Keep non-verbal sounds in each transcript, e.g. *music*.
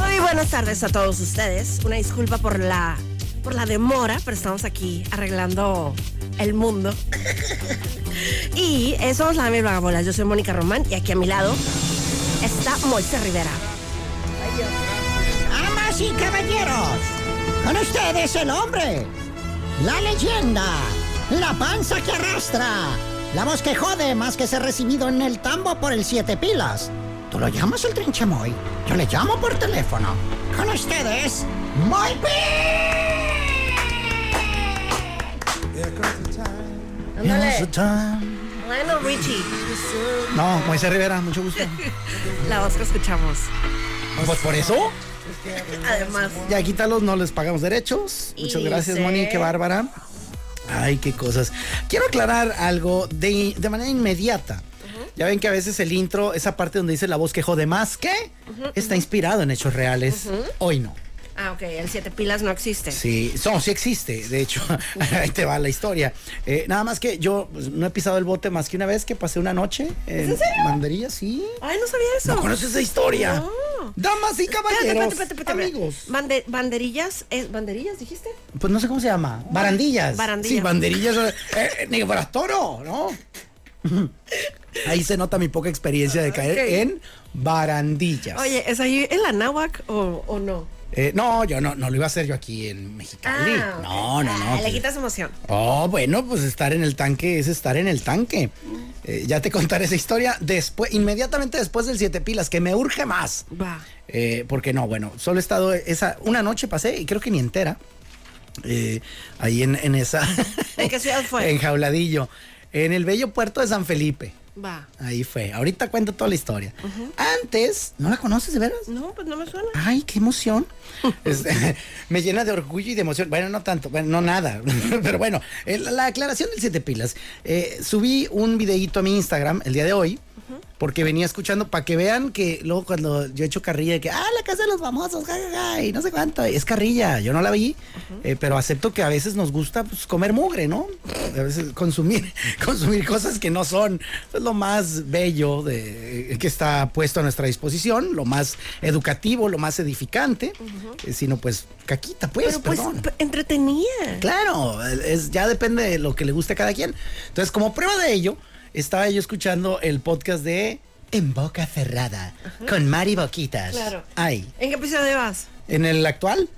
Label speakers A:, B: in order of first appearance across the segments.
A: Muy buenas tardes a todos ustedes. Una disculpa por la por la demora, pero estamos aquí arreglando el mundo. y eh, somos la misma Vagabolas. Yo soy Mónica Román y aquí a mi lado está Moisés Rivera.
B: Amas y caballeros, con ustedes el hombre, la leyenda, la panza que arrastra, la voz que jode más que ser recibido en el tambo por el siete pilas. Tú lo llamas el trinchamoy, yo le llamo por teléfono. Con ustedes, Moy
A: Ándale. Bueno, Richie,
B: No, Moisés Rivera, mucho gusto.
A: la voz que escuchamos.
B: Pues por eso,
A: Además,
B: ya quítalos, no les pagamos derechos. Muchas
A: Y
B: gracias,
A: sí.
B: Moni, qué bárbara. Ay, qué cosas. Quiero aclarar algo de, de manera inmediata. Ya ven que a veces el intro, esa parte donde dice la voz que jode más que, está inspirado en hechos reales. Hoy no.
A: ah, ok, el siete pilas no existe.
B: Sí, no, sí existe, de hecho, *laughs* ahí te va la historia. Eh, nada más que yo pues, no he pisado el bote más que una vez que pasé una noche en Bandería, sí.
A: Ay, no sabía eso.
B: ¿No conoces esa historia?
A: No.
B: Damas y caballeros,
A: Espérate, espérate, espérate, espérate.
B: amigos.
A: Bande- banderillas, es, ¿banderillas dijiste?
B: Pues no sé cómo se llama. Barandillas.
A: Barandillas.
B: Sí, banderillas. eh, eh, ni para toro, ¿no? Ahí se nota mi poca experiencia de caer
A: Ok.
B: en barandillas.
A: Oye, ¿es ahí en la náhuac o, o no?
B: Eh, no, yo no, no lo iba a hacer yo aquí en Mexicali.
A: Ah,
B: No,
A: ok.
B: no, no.
A: Ah, Le
B: pues-
A: quitas emoción.
B: Oh, bueno, pues estar en el tanque es estar en el tanque. Eh, ya te contaré esa historia después, inmediatamente después del siete pilas, que me urge más.
A: Va.
B: Eh, porque no, bueno, solo he estado esa, una noche pasé y creo que ni entera. eh, ahí en, en esa.
A: ¿En qué ciudad fue?
B: *laughs* En Jauladillo. En el bello puerto de San Felipe.
A: Va.
B: Ahí fue. Ahorita cuento toda la historia. Antes, ¿no la conoces de veras?
A: No, pues no me suena.
B: Ay, qué emoción. Este, *laughs* me llena de orgullo y de emoción. Bueno, no tanto, bueno, no nada. *laughs* Pero bueno, eh, la, la aclaración del siete pilas. Eh, subí un videíto a mi Instagram el día de hoy. Porque venía escuchando para que vean que luego cuando yo echo carrilla de que, ah, la casa de los famosos, ja, ja, ja, y no sé cuánto, es carrilla, yo no la vi, eh, pero acepto que a veces nos gusta pues, comer mugre, ¿no? A veces consumir, *laughs* consumir cosas que no son pues, lo más bello de, eh, que está puesto a nuestra disposición, lo más educativo, lo más edificante, eh, sino pues caquita, pues,
A: Pero pues
B: perdón.
A: p- entretenía.
B: Claro, es, ya depende de lo que le guste a cada quien. Entonces, como prueba de ello, estaba yo escuchando el podcast de En Boca Cerrada con Mari Boquitas.
A: Claro.
B: Ay,
A: ¿En qué episodio vas?
B: en el actual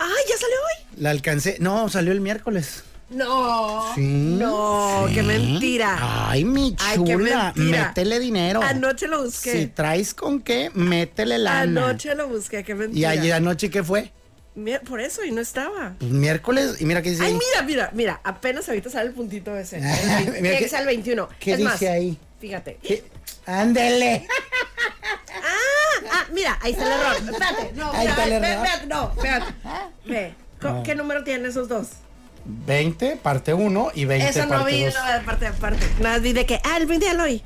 A: ¡Ah, ya salió hoy!
B: la alcancé. No, salió el miércoles.
A: No.
B: Sí.
A: No, qué
B: Sí. Ah,
A: mentira.
B: Ay, mi
A: Ay, qué
B: chula.
A: mentira.
B: métele dinero.
A: Anoche lo busqué.
B: Si traes con qué, métele lana.
A: Anoche lo busqué, qué
B: ¿Y
A: mentira.
B: ayer anoche qué fue?
A: Mira, por eso, y no estaba.
B: Pues, miércoles. Y mira que dice.
A: Ay,
B: ahí.
A: mira, mira, mira, apenas ahorita sale el puntito ese.
B: *laughs* Mira
A: Mira
B: qué-
A: que sale el 21.
B: ¿Qué
A: es
B: dice
A: más,
B: ahí?
A: Fíjate.
B: ¿Qué? Ándele.
A: Ah, ah, mira, ahí está el
B: *laughs*
A: error. Espérate, no,
B: Ahí está el
A: espérate,
B: error. Ah.
A: espérate, no, espérate. Ve, co- ¿qué número tienen esos dos?
B: 20, parte 1 y 20,
A: Eso no
B: parte
A: vi,
B: dos.
A: no, aparte, aparte. Nada, más vi de que, ah, el 20 de hoy.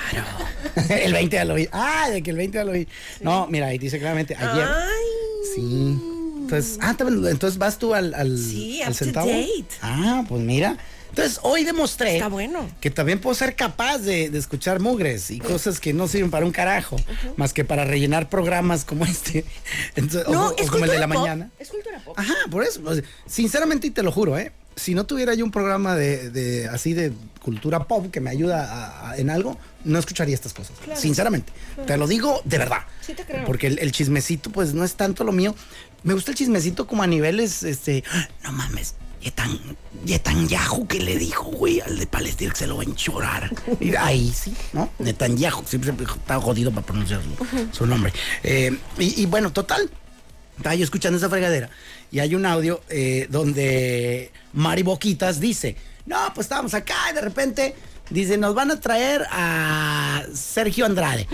B: *laughs* el 20 ya lo vi. Ah, de que el 20 ya lo vi. No, mira, ahí dice claramente ayer.
A: Ah. Ay.
B: Sí. Entonces, ah, te- entonces vas tú al, al,
A: Sí,
B: al
A: up to
B: centavo.
A: date.
B: Ah, pues mira. Entonces, hoy demostré
A: Está bueno.
B: que también puedo ser capaz de, de escuchar mugres y cosas que no sirven para un carajo, más que para rellenar programas como este. *laughs* Entonces, o-
A: No,
B: o,
A: es
B: como el de
A: cultura
B: la
A: pop.
B: mañana.
A: Es cultura pop.
B: Ajá, por eso. pues, sinceramente, y te lo juro, ¿eh? Si no tuviera yo un programa de, de- así de cultura pop que me ayuda a- a- en algo, no escucharía estas cosas.
A: Claro.
B: Sinceramente. Te lo digo de verdad.
A: Sí te creo.
B: Porque el, el chismecito, pues, no es tanto lo mío. Me gusta el chismecito como a niveles, este... "Ah, No mames. Y tan, y tan Yahoo que le dijo, güey, al de Palestina que se lo va a enchorar. Y ahí sí, ¿no? Netanyahu, siempre está jodido para pronunciarlo, su nombre. Eh, y- y bueno, total, estaba yo escuchando esa fregadera y hay un audio eh, donde Mari Boquitas dice, No, pues estábamos acá y de repente dice, nos van a traer a Sergio Andrade.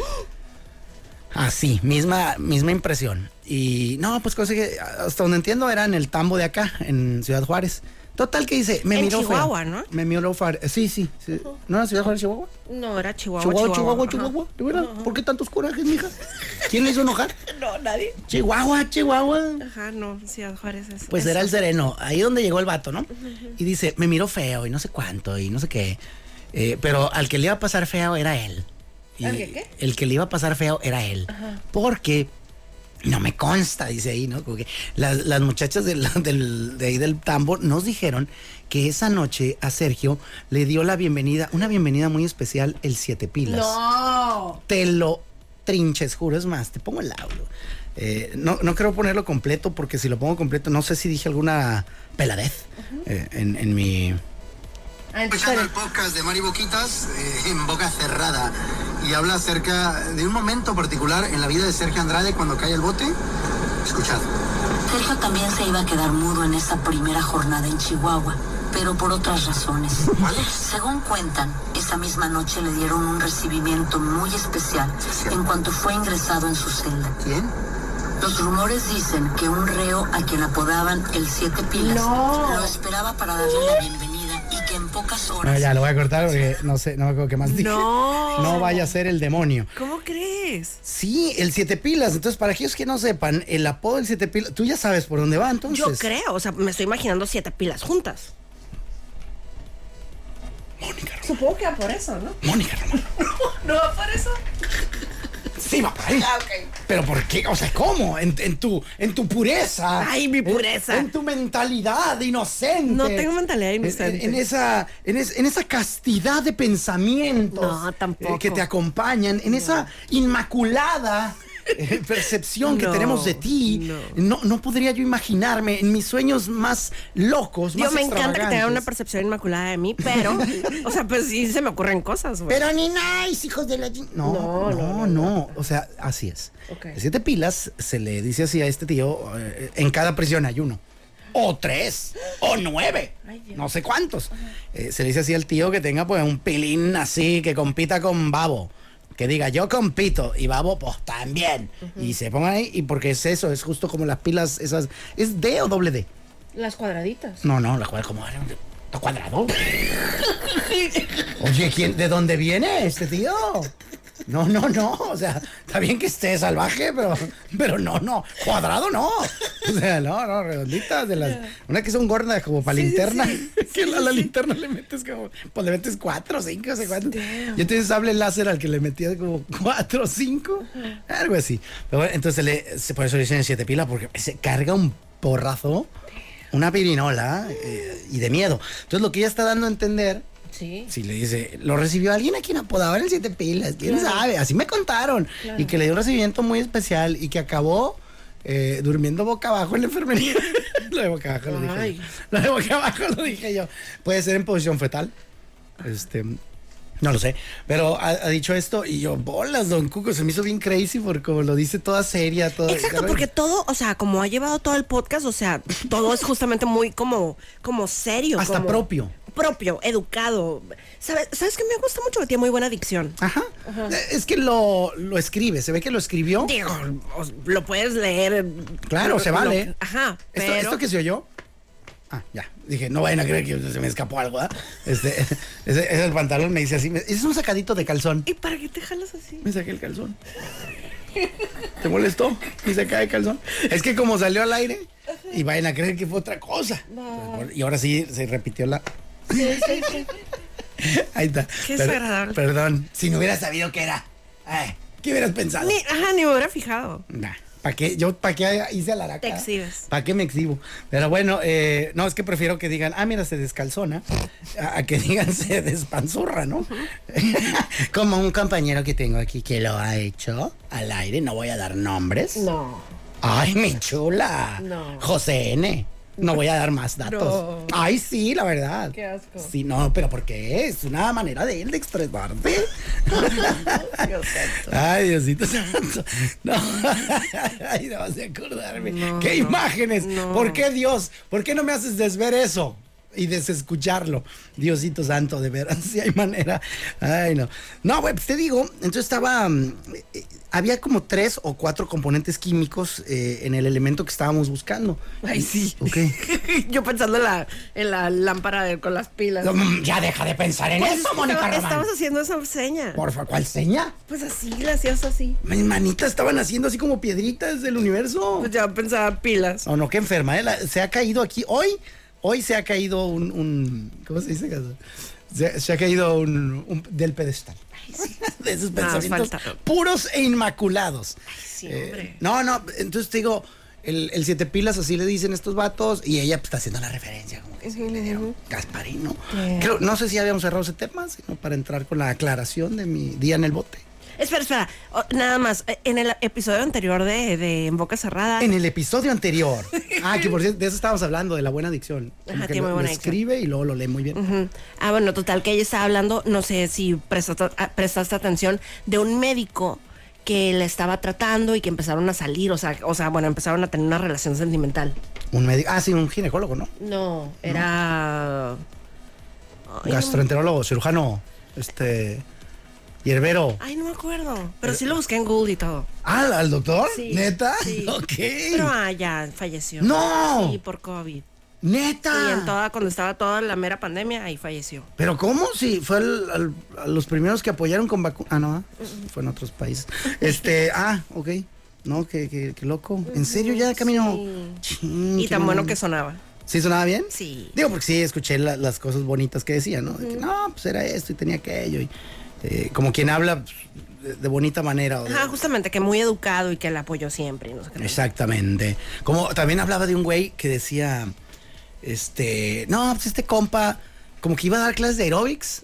B: Así, misma, misma impresión. Y no, pues cosa que hasta donde entiendo era en el tambo de acá, en Ciudad Juárez. Total que dice, me
A: En
B: miró feo.
A: Chihuahua, ¿no?
B: Me miró feo. Sí, sí. sí. ¿No era Ciudad Juárez, Chihuahua?
A: No, era Chihuahua.
B: Chihuahua, Chihuahua,
A: ajá.
B: Chihuahua. ¿De verdad? ¿Por qué tantos corajes, mija? ¿Quién le hizo
A: *laughs*
B: enojar?
A: No, nadie.
B: Chihuahua, Chihuahua.
A: Ajá, no, Ciudad Juárez es.
B: Pues
A: es-
B: era el sereno, ahí donde llegó el vato, ¿no? Y dice, me miró feo y no sé cuánto y no sé qué. Eh, pero al que le iba a pasar feo era él. Y
A: ¿Al que qué?
B: El que le iba a pasar feo era él. Porque no me consta, dice ahí, ¿no? Como que las, las muchachas del- del- de ahí del tambo nos dijeron que esa noche a Sergio le dio la bienvenida, una bienvenida muy especial, el Siete Pilas.
A: No.
B: Te lo trinches, juro. Es más, te pongo el audio. Eh, no, no quiero ponerlo completo porque si lo pongo completo, no sé si dije alguna peladez eh, en, en mi.
A: Ah, en tu
C: escuchando
A: historia.
C: el podcast de Mari Boquitas eh, en boca cerrada y habla acerca de un momento particular en la vida de Sergio Andrade cuando cae el bote. Escuchad.
D: Sergio también se iba a quedar mudo en esa primera jornada en Chihuahua, pero por otras razones. Según cuentan, esa misma noche le dieron un recibimiento muy especial en cuanto fue ingresado en su celda.
C: ¿Quién?
D: Los rumores dicen que un reo a quien apodaban el Siete Pilas lo esperaba para darle la bienvenida y que en pocas horas...
B: No, Ah, ya lo voy a cortar porque no sé, no me acuerdo qué más dije.
A: No.
B: No vaya a ser el demonio.
A: ¿Cómo crees?
B: Sí, el siete pilas. Entonces, para aquellos que no sepan, el apodo del siete pilas, tú ya sabes por dónde va, entonces.
A: Yo creo, o sea, me estoy imaginando siete pilas juntas.
B: Mónica Román.
A: Supongo que va por eso, ¿no?
B: Mónica Román.
A: ¿No va por eso?
B: *laughs* Sí, va por ahí.
A: Ah,
B: Pero ¿por qué? O sea, ¿cómo? En, en tu, en tu pureza.
A: Ay, mi
B: En-
A: pureza.
B: En, tu mentalidad inocente.
A: No tengo mentalidad inocente.
B: En, en esa, en, es- en esa castidad de pensamientos.
A: No, tampoco.
B: eh, que te acompañan. En esa inmaculada. eh, Percepción que
A: No,
B: tenemos de ti, no. no podría yo imaginarme en mis sueños más locos,
A: Digo,
B: más
A: me encanta que tenga una
B: extravagantes.
A: percepción inmaculada de mí,
B: *laughs*
A: pero, o sea, pues sí se me ocurren cosas, güey.
B: Pero ni nice, hijos de la... No, no, no, no, O sea, así es.
A: Ok.
B: De Siete pilas se le dice así a este tío eh, en cada prisión hay uno. O tres, o nueve, no sé cuántos. Eh, se le dice así al tío que tenga pues un pilín así, que compita con Babo. Que diga, yo compito y Babo pues también. Y se pongan ahí, y porque es eso, es justo como las pilas esas. ¿Es D o doble D?
A: Las cuadraditas.
B: No, no, la cual como era un cuadrado. Oye, ¿quién, ¿de dónde viene este tío? No, no, no. O sea, está bien que esté salvaje, pero, pero no, no. Cuadrado no. O sea, no, no, redonditas de las. Una que son gordas como para linterna. *laughs* que a la linterna le metes como. Pues le metes cuatro, cinco, no sé cuánto. Y entonces sable láser al que le metías como cuatro, cinco. Algo así. Pero bueno, entonces le, se- por eso le dicen siete pilas, porque se carga un porrazo. Una pirinola eh, y de miedo. Entonces lo que ella está dando a entender
A: Sí.
B: si le dice, lo recibió alguien a quien apodaban el Siete Pilas, quién
A: Claro.
B: sabe, así me contaron. Y que le dio un recibimiento muy especial y que acabó eh, durmiendo boca abajo en la enfermería. *laughs* lo de boca abajo lo dije.
A: Ay.
B: yo. Lo de boca abajo lo dije yo. Puede ser en posición fetal. Este. No lo sé, pero ha, ha dicho esto y yo, bolas, don Cuco, se me hizo bien crazy por como lo dice toda seria, toda...
A: Exacto, porque todo, o sea, como ha llevado todo el podcast, o sea, todo es justamente muy como, como serio.
B: Hasta
A: como-
B: propio.
A: Propio, educado. ¿Sabes, ¿Sabes qué me gusta mucho? Que tiene muy buena dicción.
B: Ajá. Es que lo, lo escribe, se ve que lo escribió.
A: Digo, os- lo puedes leer.
B: Claro, se
A: lo-
B: vale.
A: lo- ajá,
B: Esto,
A: pero...
B: esto que se oyó. Ah, ya. Dije, no vayan a creer que se me escapó algo, ¿verdad? Este, *laughs* ese, ese el pantalón me dice así. me- es un sacadito de calzón.
A: ¿Y para qué te jalas así?
B: Me saqué el calzón. ¿Te molestó? Me saca de calzón. Es que como salió al aire, y vayan a creer que fue otra cosa. Y ahora sí se repitió la. *laughs* Ahí está.
A: Qué
B: Per-
A: desagradable.
B: Perdón. Si no hubiera sabido qué era. Ay, ¿Qué hubieras pensado?
A: Ni, ajá, ni me hubiera fijado.
B: Nah, ¿para qué? Yo, ¿para qué hice la araca?
A: Te exhibes.
B: ¿Para qué me exhibo? Pero bueno, eh, no, es que prefiero que digan, ah, mira, se descalzona, a, a que *laughs* digan, se despanzurra, ¿no? *laughs* Como un compañero que tengo aquí que lo ha hecho al aire, no voy a dar nombres.
A: No.
B: Ay, mi chula.
A: No.
B: José N. No voy a dar más datos.
A: No.
B: Ay, sí, la verdad.
A: Qué asco.
B: Sí, no, pero ¿por qué? Es una manera de él de expresarte. Ay, Diosito santo. No. *laughs* Ay, no vas a acordarme.
A: No,
B: ¿Qué
A: no,
B: imágenes?
A: no.
B: ¿Por qué Dios? ¿Por qué no me haces desver eso? y desescucharlo. Diosito santo, de veras, si hay manera. Ay, no. No, güey, pues te digo, entonces estaba. mm, eh, Había como tres o cuatro componentes químicos eh, en el elemento que estábamos buscando.
A: Ay, sí.
B: Ok.
A: *laughs* Yo pensando en la, en la lámpara de- con las pilas.
B: No, mm, Ya deja de pensar en eso, Mónica
A: Pues Estaba-
B: Román.
A: Estamos haciendo esa seña.
B: Porfa, ¿cuál seña?
A: Pues así, la hacías así.
B: Mis manitas estaban haciendo así como piedritas del universo.
A: Pues ya pensaba pilas.
B: O no, qué enferma, ¿eh? La- se ha caído aquí. Hoy, hoy se ha caído un. un- ¿Cómo se dice? Gaza? Se, se ha caído un, un- del pedestal. *laughs* De esos
A: Nada más
B: pensamientos
A: falta.
B: puros e inmaculados.
A: Sí,
B: Eh,
A: hombre.
B: no, no, entonces te digo, el, el siete pilas así le dicen estos vatos y ella pues, está haciendo la referencia, como que sí le dieron Gasparino. Creo- no sé si habíamos cerrado ese tema, sino para entrar con la aclaración de mi día en el bote.
A: Espera, espera. O- nada más. eh, En el episodio anterior de, de En Boca Cerrada.
B: En el episodio anterior. Ah, que por cierto, de eso estábamos hablando, de la buena adicción. Como
A: Ajá,
B: que
A: tiene muy
B: lo,
A: buena
B: lo
A: dicción.
B: escribe y luego lo lee muy bien.
A: Ujú. Ah, bueno, total, que ella estaba hablando, no sé si prestaste, ah, prestaste atención, de un médico que la estaba tratando y que empezaron a salir, o sea, o sea, bueno, empezaron a tener una relación sentimental.
B: Un médico. Ah, sí, un ginecólogo, ¿no?
A: No, era... Ay, no,
B: Gastroenterólogo, cirujano, este. Hierbero.
A: ay, no me acuerdo,
B: Eh,
A: pero sí lo busqué en Google y todo.
B: Ah, ¿al doctor?
A: Sí,
B: ¿Neta?
A: sí.
B: *laughs* Ok.
A: Pero ah, ya falleció.
B: ¡No! Ah.
A: Sí, por COVID. Y en
B: ¡Neta!
A: toda, cuando estaba toda la mera pandemia, ahí falleció.
B: ¿Pero cómo? Si fue al- al- a los primeros que apoyaron con vacunas. Ah, no, ah, fue en otros países. Este, ah, ok. No, qué, qué, qué loco. ¿En serio ya, Camino? Chin,
A: Y
B: Mm, qué
A: tan
B: mal.
A: bueno que sonaba.
B: ¿Sí sonaba bien?
A: Sí.
B: Digo, porque sí, escuché la- las cosas bonitas que decía, ¿no? De que, no, pues era esto y tenía aquello. Y, eh, como quien habla pues, de, de bonita manera. O de-
A: Ajá, justamente, que muy educado y que la apoyó siempre. y no sé qué.
B: Exactamente. Como también hablaba de un güey que decía, este, no, pues este compa, como que iba a dar clases de aeróbics.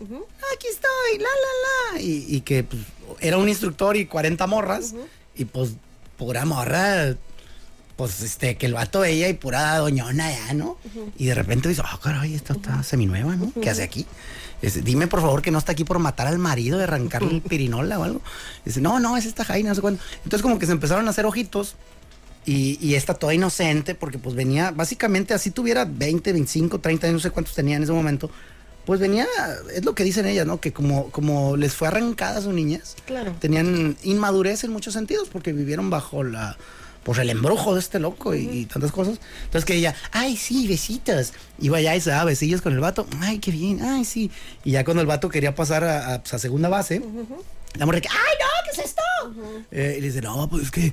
B: Aquí estoy, la, la, la. Y, y que pues, era un instructor y 40 morras. Y pues, pura morra, pues este, que el vato veía y pura doñona ya, ¿no? Y de repente dice, ah, caray, esta está seminueva, ¿no? ¿Qué hace aquí? Dice, Dime por favor que no está aquí por matar al marido, de arrancarle el pirinola o algo. Dice, no, no, es esta Jaina, no sé cuándo. Entonces como que se empezaron a hacer ojitos y, y esta toda inocente, porque pues venía, básicamente así tuviera 20, 25, 30 años, no sé cuántos tenía en ese momento, pues venía, es lo que dicen ellas, ¿no? Que como, como les fue arrancada su niñez,
A: Claro.
B: tenían inmadurez en muchos sentidos, porque vivieron bajo la... Pues el embrujo de este loco y, y tantas cosas. Entonces que ella, ay, sí, besitas. Iba allá y se daba besillos con el vato. Ay, qué bien, ay, sí. Y ya cuando el vato quería pasar a, a, pues, a segunda base, la morra que, ¡ay, no! ¿Qué es esto? Eh, y le dice, no, pues es que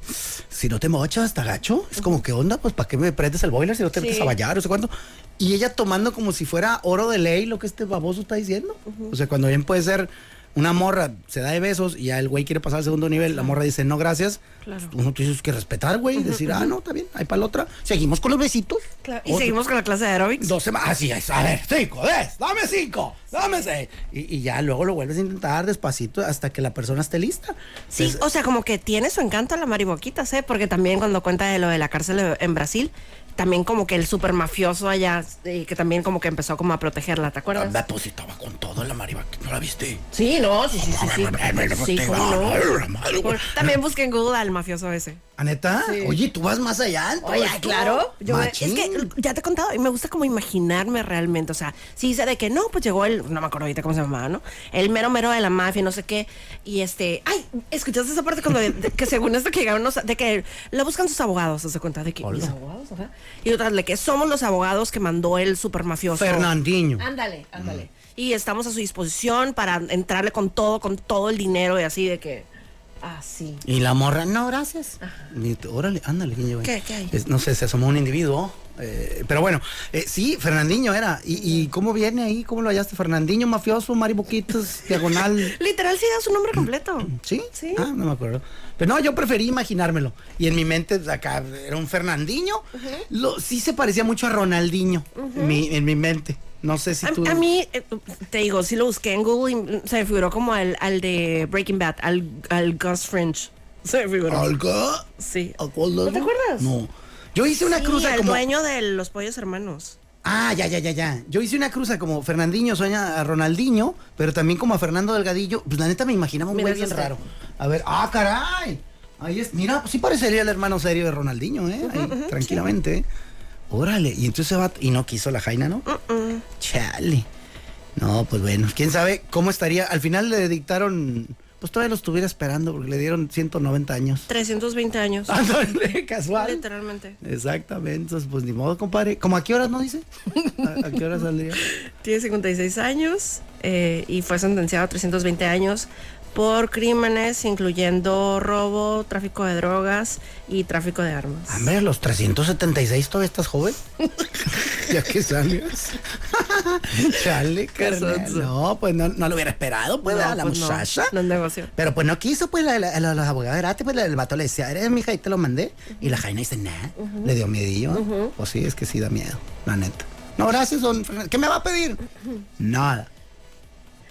B: si no te mochas, está gacho. Es como, ¿qué onda? Pues ¿para qué me prendes el boiler si no te metes a bañar? No sé cuánto. Y ella tomando como si fuera oro de ley lo que este baboso está diciendo. O sea, cuando bien puede ser una morra, se da de besos y ya el güey quiere pasar al segundo nivel, la morra dice, no, gracias.
A: Claro.
B: Uno tienes que respetar, güey, y decir, ah, no, está bien, ahí para la otra. Seguimos con los besitos.
A: Claro, Y
B: Otro-
A: seguimos con la clase de aeróbics.
B: Dos semanas. Así es. A ver, cinco, diez, dame cinco, dame seis. Y, y ya luego lo vuelves a intentar despacito hasta que la persona esté lista.
A: Sí,
B: Entonces,
A: o sea, como que tiene su encanto la mariboquitas, ¿eh? Porque también cuando cuenta de lo de la cárcel en Brasil, también como que el super mafioso allá, eh, que también como que empezó como a protegerla, ¿te acuerdas?
B: anda, pues, si estaba con todo la mariva, ¿no la viste?
A: Sí, no, sí, sí, sí. sí. Sí, cómo no. Bueno, También busqué en Google al mafioso ese.
B: ¿Aneta? Oye, tú vas más allá. en todo
A: Oye,
B: esto?
A: claro. Yo me- es
B: Machín.
A: que ya te he contado, y me gusta como imaginarme realmente. O sea, sí sé de que no, pues llegó el, no me acuerdo ahorita cómo se llamaba, ¿no? El mero mero de la mafia, no sé qué. Y este, ay, ¿escuchaste esa parte cuando de- de- que según esto que llegaron los- de que lo buscan sus abogados, se cuenta de que los abogados, ajá. Y otra de que somos los abogados que mandó el super mafioso.
B: Fernandinho.
A: Ándale, ándale. Mm. Y estamos a su disposición para entrarle con todo, con todo el dinero y así de que así.
B: Y la morra, no, gracias. Y tú, Órale, ándale, ¿quién lleva ahí?
A: ¿Qué, qué hay?
B: Es- no sé, se asomó un individuo. eh, pero bueno, eh, sí, Fernandinho era. ¿Y, y cómo viene ahí? ¿Cómo lo hallaste? Fernandinho, mafioso, mariboquitas, diagonal.
A: Literal sí da su nombre completo.
B: *clears throat* ¿Sí?
A: Sí.
B: Ah, no me acuerdo. Pero no, yo preferí imaginármelo. Y en mi mente, acá, era un Fernandinho. lo, sí se parecía mucho a Ronaldinho en, mi, en mi mente. No sé si
A: A,
B: tú...
A: a mí, eh, te digo, sí lo busqué en Google y mm, se me figuró como al, al de Breaking Bad, al, al Gus French. *laughs* Se me figuró.
B: ¿Algo?
A: sí.
B: ¿Algo?
A: ¿No te acuerdas?
B: No. Yo hice una
A: Sí,
B: cruz
A: al
B: como...
A: dueño de los pollos hermanos.
B: Ah, ya, ya, ya, ya. Yo hice una cruza como Fernandinho sueña a Ronaldinho, pero también como a Fernando Delgadillo. Pues la neta me imaginaba un
A: Mira,
B: güey
A: eso
B: bien
A: está.
B: raro. A ver, ¡ah, caray! Ahí es. Mira, pues sí parecería el hermano serio de Ronaldinho, ¿eh? Ahí, tranquilamente. ¿eh? Órale, y entonces se va, y no quiso la Jaina, ¿no? Chale. No, pues bueno, quién sabe cómo estaría. Al final le dictaron, pues todavía lo estuviera esperando porque le dieron 190 años.
A: 320 años.
B: *laughs* Ah, Ándale, casual.
A: Literalmente.
B: Exactamente, entonces pues ni modo, compadre. ¿Cómo a qué horas no dice? ¿A, a qué horas saldría?
A: Tiene 56 años eh, y fue sentenciado a 320 años por crímenes incluyendo robo, tráfico de drogas y tráfico de armas.
B: A ver, los 376 todavía estás *laughs* joven. ya que sales. *laughs* Chale, carnal.
A: Casazo.
B: No, pues no, no lo hubiera esperado, pues,
A: No,
B: a la
A: pues, no,
B: muchacha.
A: no es negocio.
B: Pero pues no quiso, pues, la, la- la- los abogados de Arate, pues, la- el vato le decía, eres mija, y te lo mandé. Y la Jaina dice, nah, le dio miedillo. Pues sí, es que sí da miedo, la neta. No, gracias, don Fernández. ¿Qué me va a pedir? Nada.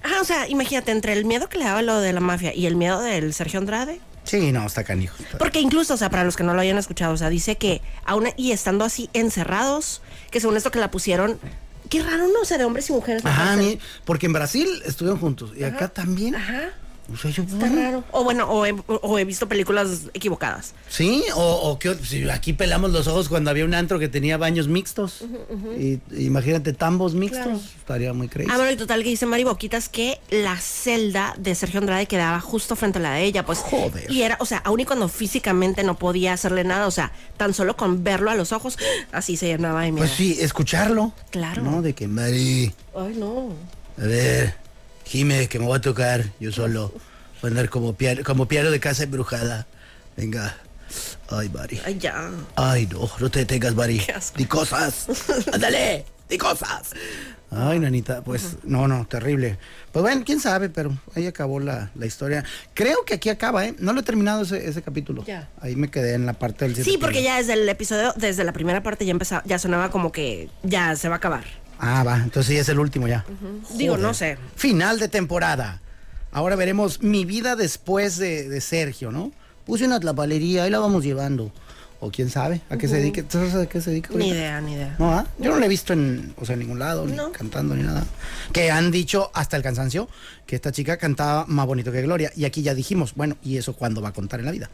A: Ah, o sea, imagínate, entre el miedo que le daba lo de la mafia y el miedo del Sergio Andrade.
B: Sí, no, está canijo.
A: Porque incluso, o sea, para los que no lo hayan escuchado, o sea, dice que aún y estando así encerrados, que según esto que la pusieron, qué raro, ¿no? O sea, de hombres y mujeres. la
B: Ajá,
A: cárcel.
B: mi- porque en Brasil estuvieron juntos y acá también.
A: Ajá, Ah,
B: O sea, yo,
A: está raro. O bueno, o he, o he visto películas equivocadas.
B: Sí, o, o que si aquí pelamos los ojos cuando había un antro que tenía baños mixtos. y, imagínate, tambos mixtos.
A: Claro.
B: Estaría muy crazy.
A: Ah, bueno, y total que dice Mari Boquitas que la celda de Sergio Andrade quedaba justo frente a la de ella, pues.
B: Joder.
A: Y era, o sea, aún y cuando físicamente no podía hacerle nada, o sea, tan solo con verlo a los ojos, así se llenaba de miedo.
B: pues sí, escucharlo.
A: Claro.
B: ¿No? De que, Mari,
A: Ay, no.
B: a ver, Jime, que me voy a tocar yo solo. Voy a andar como piano, como piano de casa embrujada. Venga. Ay, Mari.
A: Ay, ya.
B: Ay, no, no te detengas, Mari.
A: Qué asco. *laughs*
B: Di cosas. Ándale, di cosas. Ay, nanita, pues no, no, terrible. Pues bueno, quién sabe, pero ahí acabó la, la historia. Creo que aquí acaba, ¿eh? No lo he terminado ese, ese capítulo.
A: Ya.
B: Ahí me quedé en la parte del...
A: Sí, porque ya desde el episodio, desde la primera parte ya empezaba, ya sonaba como que ya se va a acabar.
B: Ah, va, entonces sí es el último ya.
A: Digo,
B: Joder.
A: no sé.
B: Final de temporada. Ahora veremos mi vida después de, de Sergio, ¿no? Puse una tlapalería, ahí la vamos llevando. O quién sabe, a qué se dedique. ¿Tú sabes a qué se dedica?
A: Ni
B: ahorita?
A: idea, ni idea.
B: No, ¿ah? yo no la he visto en, o sea, en ningún lado, ni
A: No.
B: cantando, ni nada. Que han dicho hasta el cansancio que esta chica cantaba más bonito que Gloria. Y aquí ya dijimos, bueno, ¿y eso cuándo va a contar en la vida?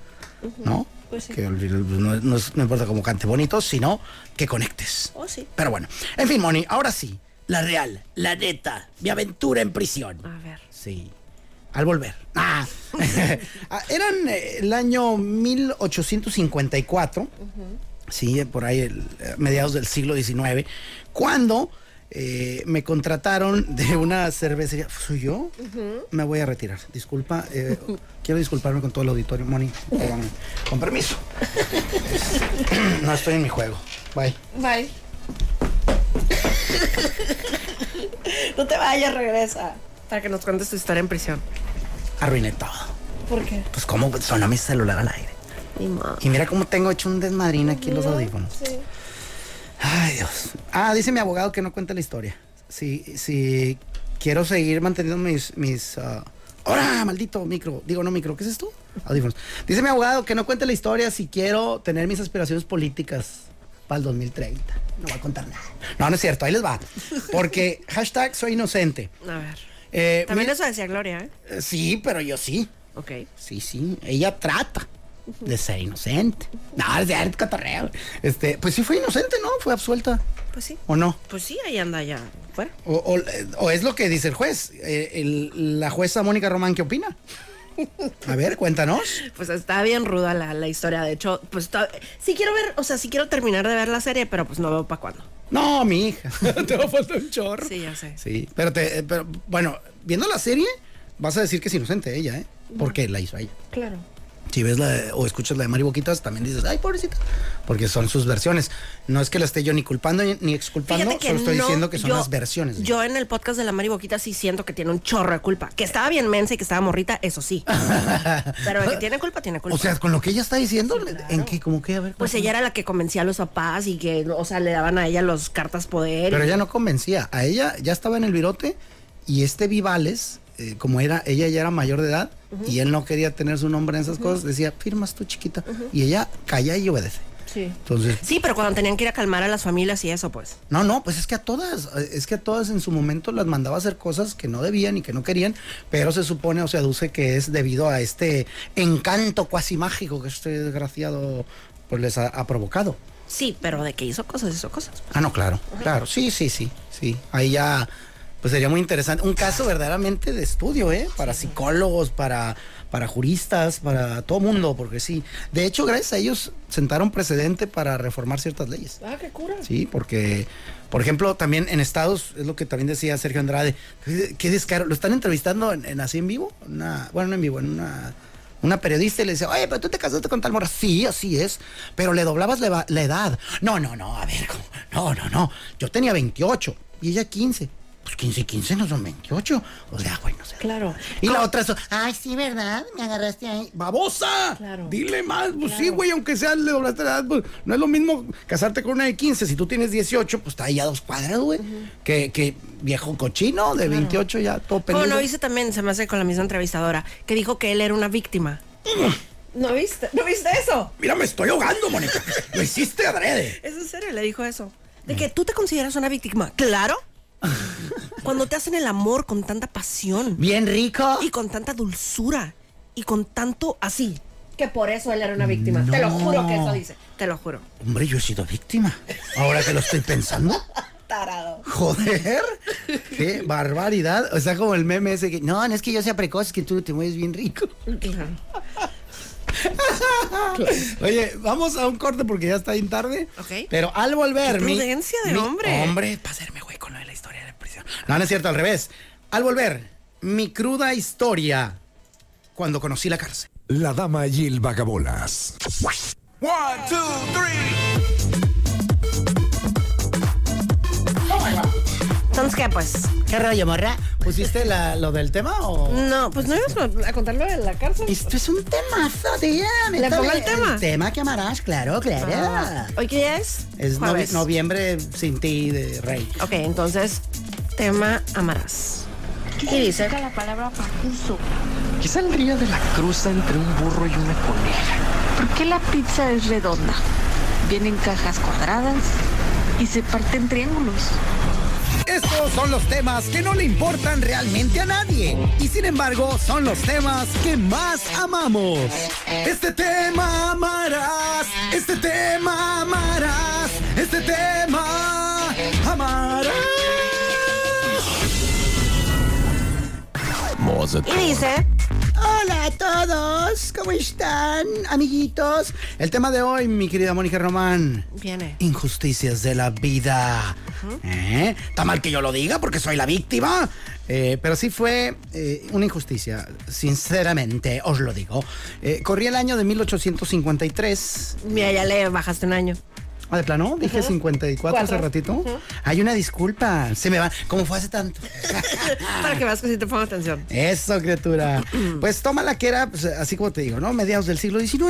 B: ¿No?
A: Pues sí.
B: Que al final no, no es- no importa cómo cante bonito, sino que conectes.
A: Oh, sí.
B: Pero bueno, en fin, Moni, ahora sí, la real, la neta, mi aventura en prisión.
A: A ver.
B: Sí. Al volver. Ah. Ah, Eran eh, el año 1854, sí, eh, por ahí, el, eh, mediados del siglo XIX, cuando eh, me contrataron de una cervecería. ¿Soy yo? Me voy a retirar. Disculpa, eh, quiero disculparme con todo el auditorio, Moni. perdón. Con permiso. no estoy en mi juego. Bye.
A: Bye. no te vayas, regresa. Para que nos cuentes tu historia en prisión.
B: Arruiné todo.
A: ¿Por qué?
B: Pues, ¿cómo sonó mi celular al aire?
A: Ni modo.
B: Y mira cómo tengo hecho un desmadrín aquí los audífonos. Ay, Dios. Ah, dice mi abogado que no cuente la historia. Si, si quiero seguir manteniendo mis. mis ah, ¡Ahora, maldito micro! Digo, no micro, ¿qué es esto? Audífonos. Dice mi abogado que no cuente la historia si quiero tener mis aspiraciones políticas para el 2030. No va a contar nada. No, no es cierto, ahí les va. Porque *laughs* hashtag soy inocente.
A: A ver.
B: Eh,
A: También
B: mira-
A: eso decía Gloria, ¿eh?
B: eh, Sí, pero yo sí.
A: Ok.
B: Sí, sí, ella trata de ser inocente. No, es de arte cotorreo. Este, pues sí fue inocente, ¿no? Fue absuelta.
A: Pues sí.
B: ¿O no?
A: Pues sí, ahí anda ya. Bueno.
B: O, o- o es lo que dice el juez. Eh, el- la jueza Mónica Román, ¿qué opina? A ver, cuéntanos.
A: Pues está bien ruda la, la historia. De hecho, pues está- sí quiero ver, o sea, sí quiero terminar de ver la serie, pero pues no veo para cuándo.
B: No, mi hija. *laughs* Te va a faltar un chorro.
A: Sí, ya sé.
B: Sí, pero, te, eh, pero bueno, viendo la serie, vas a decir que es inocente ella, ¿eh? Porque la hizo a ella.
A: Claro.
B: Si ves la de- o escuchas la de Mari Boquitas, también dices, ay, pobrecita. Porque son sus versiones. No es que la esté yo ni culpando ni- ni exculpando,
A: Fíjate que
B: solo estoy
A: no,
B: diciendo que son
A: yo-
B: las versiones. de-
A: Yo en el podcast de la Mari Boquita sí siento que tiene un chorro de culpa. Que estaba bien mensa y que estaba morrita, eso
B: *laughs*
A: sí. Pero de que tiene culpa, tiene culpa.
B: O sea, con lo que ella está diciendo, ¿en qué? ¿Cómo que? A ver.
A: pues
B: cuéntame.
A: ella era la que convencía a los papás y que, o sea, le daban a ella los cartas poder.
B: Pero ella no convencía. A ella ya estaba en el virote y este Vivales, eh, como era, ella ya era mayor de edad y él no quería tener su nombre en esas cosas, decía, firmas tú, chiquita. Y ella calla y obedece.
A: Sí.
B: Entonces,
A: Sí, pero cuando tenían que ir a calmar a las familias y eso, pues.
B: No, no, pues es que a todas, eh, es que a todas en su momento las mandaba a hacer cosas que no debían y que no querían, pero se supone o se aduce que es debido a este encanto cuasi mágico que este desgraciado pues les ha, ha provocado.
A: Sí, pero de que hizo cosas, hizo cosas.
B: Ah, no, claro, claro, sí, sí, sí, sí. Ahí ya, pues sería muy interesante. Un caso verdaderamente de estudio, ¿eh? Para psicólogos, para, para juristas, para todo mundo, porque sí. De hecho, gracias a ellos sentaron precedente para reformar ciertas leyes.
A: Ah, qué cura.
B: Sí, porque, por ejemplo, también en Estados, es lo que también decía Sergio Andrade, qué descaro, lo están entrevistando en, en así en vivo, una, bueno, no en vivo, en una, una periodista y le dice, oye, pero tú te casaste con tal morra, sí, así es, pero le doblabas la, eva- la edad, no, no, no, a ver, ¿cómo? no, no, no, yo tenía 28 y ella 15, pues 15 y 15 no son 28, o sea, bueno, o sea,
A: Claro.
B: y la otra, so- ay, sí, ¿verdad? Me agarraste ahí. ¡Babosa!
A: Claro.
B: Dile más. Pues sí, güey, aunque sea le doblaste la edad, pues no es lo mismo casarte con una de 15. Si tú tienes 18, pues está ahí a dos cuadras, güey. que, que viejo cochino de 28 ya todo
A: Como
B: peludo.
A: no hice también, se me hace con la misma entrevistadora, que dijo que él era una víctima. *gasps* ¿No viste? ¿No viste eso?
B: Mira, me estoy ahogando, Mónica. *laughs* lo hiciste adrede.
A: Es en serio, le dijo eso. De que tú te consideras una víctima. Claro. *laughs* Cuando te hacen el amor con tanta pasión
B: Bien rico.
A: y con tanta dulzura y con tanto así. Que por eso él era una víctima. Te lo
B: No.
A: juro que eso dice. Te lo juro.
B: Hombre, yo he sido víctima. Ahora que lo estoy pensando.
A: Tarado.
B: Joder, qué barbaridad. O sea, como el meme ese que. No, no es que yo sea precoz, es que tú te mueves bien rico.
A: Claro.
B: Oye, vamos a un corte porque ya está bien tarde.
A: Ok.
B: Pero al volver.
A: Qué
B: mi-
A: prudencia de
B: mi-
A: hombre.
B: Hombre, para hacerme güey con lo de la historia de la prisión. No, no es cierto, al revés. Al volver, mi cruda historia cuando conocí la cárcel.
E: La dama y el vagabolas.
F: One, two, three.
A: Entonces, ¿qué pues?
B: ¿Qué rayo, morra? ¿Pusiste la- lo del tema o.?
A: No, pues no íbamos a contarlo de la cárcel.
B: Esto es un temazo, tía.
A: ¿Le pongo el tema?
B: El tema que amarás, claro, claro.
A: ¿Hoy qué día es?
B: Es novi-
A: Jueves.
B: noviembre sin ti de rey.
A: Ok, entonces, tema amarás. Y dice,
G: la palabra pacuso?
H: ¿Qué saldría de la cruza entre un burro y una coneja?
G: ¿Por qué la pizza es redonda? Viene en cajas cuadradas y se parte en triángulos.
B: Estos son los temas que no le importan realmente a nadie y sin embargo son los temas que más amamos. Este tema amarás, este tema amarás, este tema amarás.
A: y dice,
B: Hola a todos, ¿cómo están, amiguitos? El tema de hoy, mi querida Mónica Román.
A: viene.
B: Injusticias de la vida. ¿Eh? Está mal que yo lo diga porque soy la víctima. Eh, pero sí fue eh, una injusticia, sinceramente, os lo digo. Eh, corría el año de 1853.
A: Mira, ya le bajaste un año.
B: Ah, de plano, dije 54 hace
A: Cuatro.
B: ratito. Hay una disculpa, se me va. ¿Cómo fue hace tanto? Ah.
A: Para que veas que sí te pongo atención.
B: Eso, criatura. Pues toma la que era, pues, así como te digo, ¿no? Mediados del siglo XIX,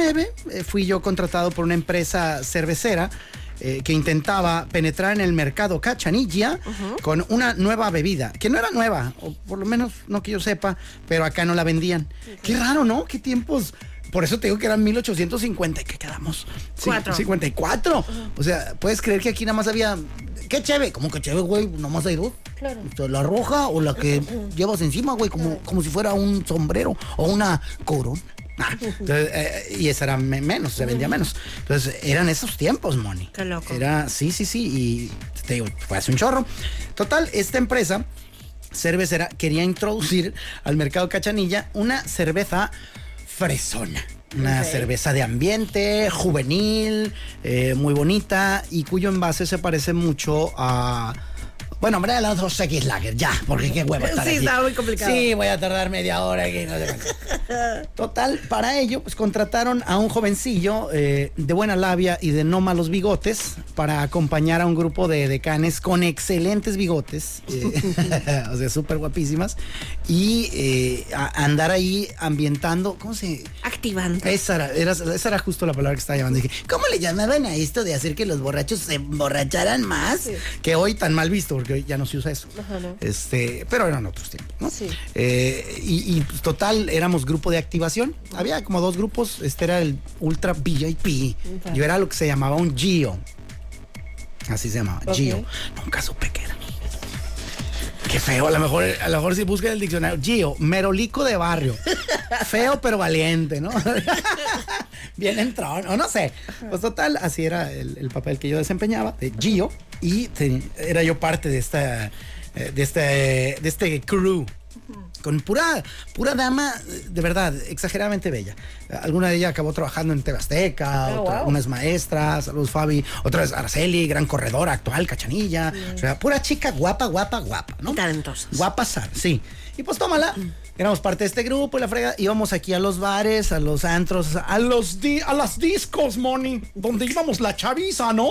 B: eh, fui yo contratado por una empresa cervecera eh, que intentaba penetrar en el mercado cachanilla con una nueva bebida, que no era nueva, o por lo menos no que yo sepa, pero acá no la vendían. Qué raro, ¿no? Qué tiempos. Por eso te digo que eran 1850, ¿qué quedamos? Sí,
A: Cuatro.
B: 54. O sea, puedes creer que aquí nada más había. Qué chévere, como que chévere, güey, nomás hay dos.
A: Claro.
B: O sea, La roja o la que llevas encima, güey, como, como si fuera un sombrero o una corona. Ah, entonces, eh, y esa era me- menos, se vendía menos. Entonces, eran esos tiempos, Moni.
A: Qué loco.
B: Era, sí, sí, sí, y te digo, fue hace un chorro. Total, esta empresa cervecera quería introducir al mercado cachanilla una cerveza fresona. Una cerveza de ambiente, juvenil, eh, muy bonita y cuyo envase se parece mucho a. Bueno, hombre, a las dos X Lager, ya, porque qué huevo
A: *laughs*
B: estar
A: Sí,
B: aquí.
A: está muy complicado.
B: Sí, voy a tardar media hora aquí, no sé cuánto. Total, para ello, pues contrataron a un jovencillo eh, de buena labia y de no malos bigotes para acompañar a un grupo de decanes con excelentes bigotes, eh, *laughs* o sea, súper guapísimas, y eh, a- andar ahí ambientando, ¿cómo se...?
A: Activando.
B: Esa era, era- esa era justo la palabra que estaba llamando. Dije, ¿cómo le llamaban a esto de hacer que los borrachos se emborracharan más? Que hoy tan mal visto, porque hoy ya no se usa eso. Este, pero eran otros tiempos, ¿no?
A: Sí.
B: Eh, y, y, pues, total, éramos grupo de activación. Había como dos grupos. Este era el Ultra VIP. Yo era lo que se llamaba un Gio. Así se llamaba, Gio. Nunca supe qué era. Qué feo, a lo mejor, a lo mejor si buscan el diccionario, Gio, merolico de barrio. Feo pero valiente, ¿no? bien entrón, o no sé. Pues total, así era el, el papel que yo desempeñaba, de Gio, y te- era yo parte de esta, eh, de este, de este crew. Con pura, pura dama, eh, de verdad, exageradamente bella. Alguna de ellas acabó trabajando en Tebasteca,
A: Oh, wow.
B: unas maestras, saludos Fabi, otra es Araceli, gran corredora actual, cachanilla. O sea, pura chica guapa, guapa, guapa, ¿no?
A: Y talentosas.
B: Va a pasar, sí. Y pues tómala. Éramos parte de este grupo y la frega. Íbamos aquí a los bares, a los antros, a los di- a las discos, Moni. Donde íbamos la chaviza, ¿no?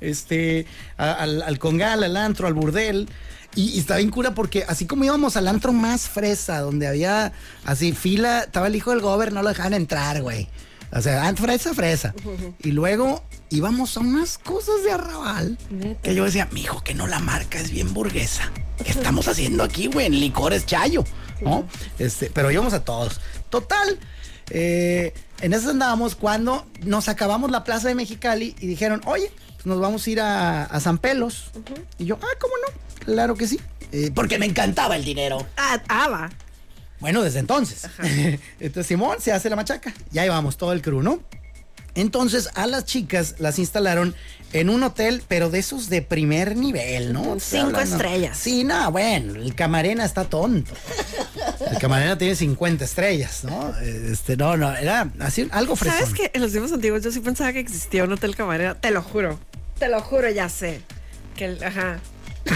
B: Este, a- al, al congal, al antro, al burdel. Y, y estaba bien cura porque así como íbamos al antro más fresa, donde había así fila, estaba el hijo del gober, no lo dejaban entrar, güey. O sea, ah, fresa, fresa. Y luego íbamos a unas cosas de arrabal que yo decía, mijo, que no la marca es bien burguesa. ¿Qué estamos haciendo aquí, güey? En licores chayo, ¿no? Este, pero íbamos a todos. Total, eh, en eso andábamos cuando nos acabamos la plaza de Mexicali y dijeron, oye, pues nos vamos a ir a, a San Pelos. Y yo, ah, ¿cómo no? Claro que sí. Eh, porque me encantaba el dinero.
A: Ah, ah, va.
B: Bueno, desde entonces. *laughs* Entonces Simón se hace la machaca. Ya llevamos todo el crew, ¿no? Entonces a las chicas las instalaron en un hotel, pero de esos de primer nivel, ¿no? Te
A: Cinco estrellas.
B: Sí, no, bueno, el camarena está tonto. El camarena tiene 50 estrellas, ¿no? Este, no, no, era así, algo fresco.
A: ¿Sabes que en los tiempos antiguos yo sí pensaba que existía un hotel camarera? Te lo juro. Te lo juro, ya sé. Que el, ajá.
B: *laughs*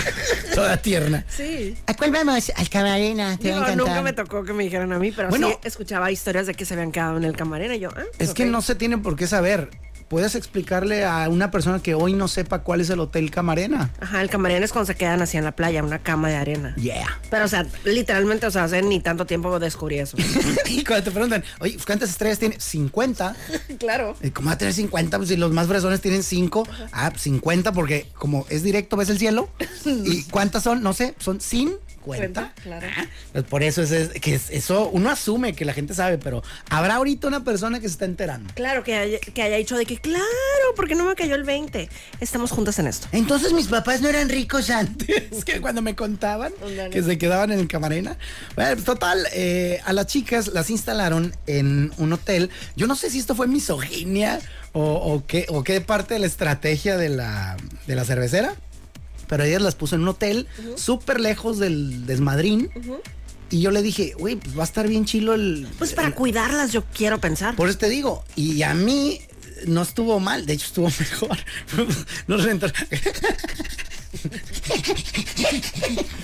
B: Toda tierna.
A: Sí.
B: ¿A cuál vamos? Al camarena, te va
A: Digo,
B: a encantar.
A: nunca me tocó que me dijeran a mí, pero
B: Bueno.
A: sí escuchaba historias de que se habían quedado en el camarera. y Yo, ah,
B: Es que
A: ok.
B: no se tiene por qué saber. Puedes explicarle a una persona que hoy no sepa cuál es el hotel Camarena.
A: Ajá, el camarera es cuando se quedan así en la playa, una cama de arena.
B: Yeah.
A: Pero, o sea, literalmente, o sea, hace ni tanto tiempo descubrí eso.
B: *laughs* y cuando te preguntan, oye, pues, ¿cuántas estrellas tiene? 50.
A: claro.
B: Eh, ¿Cómo va a tener 50? Pues si los más fresones tienen 5. Ah, pues, 50 porque como es directo, ves
A: *laughs*
B: el cielo. ¿Y cuántas son? No sé, son 50.
A: Cuenta, claro.
B: Ah, pues, por eso es, es- que es- eso uno asume que la gente sabe, pero habrá ahorita una persona que se está enterando.
A: Claro, que haya, que haya dicho de que, claro, porque no me cayó el 20. Estamos juntas en esto.
B: Entonces mis papás no eran ricos antes, que cuando me contaban
A: Ándale.
B: que se quedaban en el camarena. Bueno, pues, total, eh, a las chicas las instalaron en un hotel. Yo no sé si esto fue misoginia o, o qué, o qué parte de la estrategia de la, de la cervecera, pero ellas las puso en un hotel súper lejos del desmadrín. Y yo le dije, güey, pues va a estar bien chilo el...
A: Pues para
B: el-
A: cuidarlas, yo quiero pensar.
B: por eso te digo, y a mí no estuvo mal, de hecho estuvo *laughs* mejor. Nos rentaron.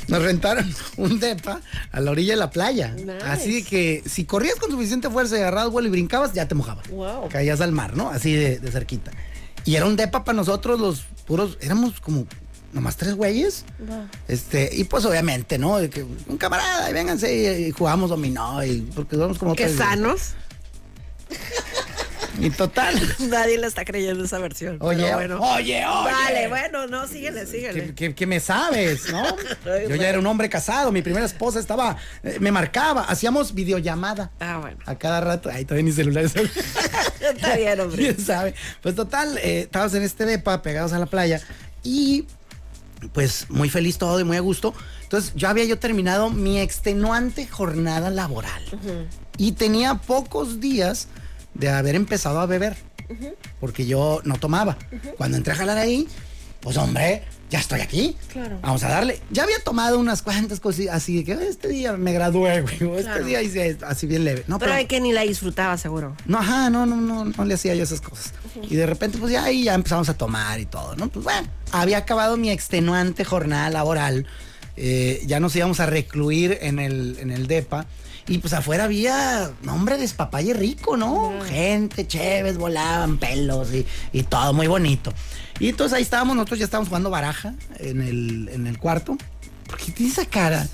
B: Nos rentaron un depa a la orilla de la playa.
A: Nice.
B: Así de que si corrías con suficiente fuerza y agarrabas vuelo y brincabas, ya te mojabas.
A: Wow.
B: Caías al mar, ¿no? Así de, de cerquita. Y era un depa para nosotros, los puros, éramos como nomás tres güeyes. Este, y pues obviamente, ¿no? De que un camarada, y vénganse y, y jugamos dominó, y porque somos como
A: Que
B: tres güeyes.
A: sanos.
B: Y total.
A: Nadie le está creyendo esa versión.
B: Oye,
A: pero bueno.
B: oye, oye.
A: Vale, bueno, no, síguele, síguele.
B: ¿Qué, qué- qué me sabes,
A: *laughs*
B: no? Yo ya era un hombre casado, mi primera esposa estaba, eh, me marcaba, hacíamos videollamada.
A: Ah, bueno.
B: A cada rato, ay, todavía ni celular. ¿sabes?
A: Está bien, *laughs* hombre.
B: ¿Quién sabe? Pues total, eh, estábamos en este depa, pegados a la playa, y pues muy feliz todo y muy a gusto. Entonces, yo había yo terminado mi extenuante jornada laboral. Y tenía pocos días de haber empezado a beber. Porque yo no tomaba. Cuando entré a jalar ahí, pues hombre, ya estoy aquí.
A: Claro.
B: Vamos a darle. Ya había tomado unas cuantas cosas así de que este día me gradué, güey. o Este
A: Claro.
B: día hice esto", así bien leve. No,
A: Pero de que ni la disfrutaba, seguro.
B: no, ajá, no, no, no, no le hacía yo esas cosas. Y de repente, pues ya ahí ya empezamos a tomar y todo, ¿no? Pues bueno, había acabado mi extenuante jornada laboral. eh, ya nos íbamos a recluir en el, en el DEPA. Y pues afuera había, no, hombre, despapalle rico, ¿no? Gente, chéves, volaban pelos y, y todo muy bonito. Y entonces ahí estábamos, nosotros ya estábamos jugando baraja en el, en el cuarto. ¿Por qué tiene esa cara?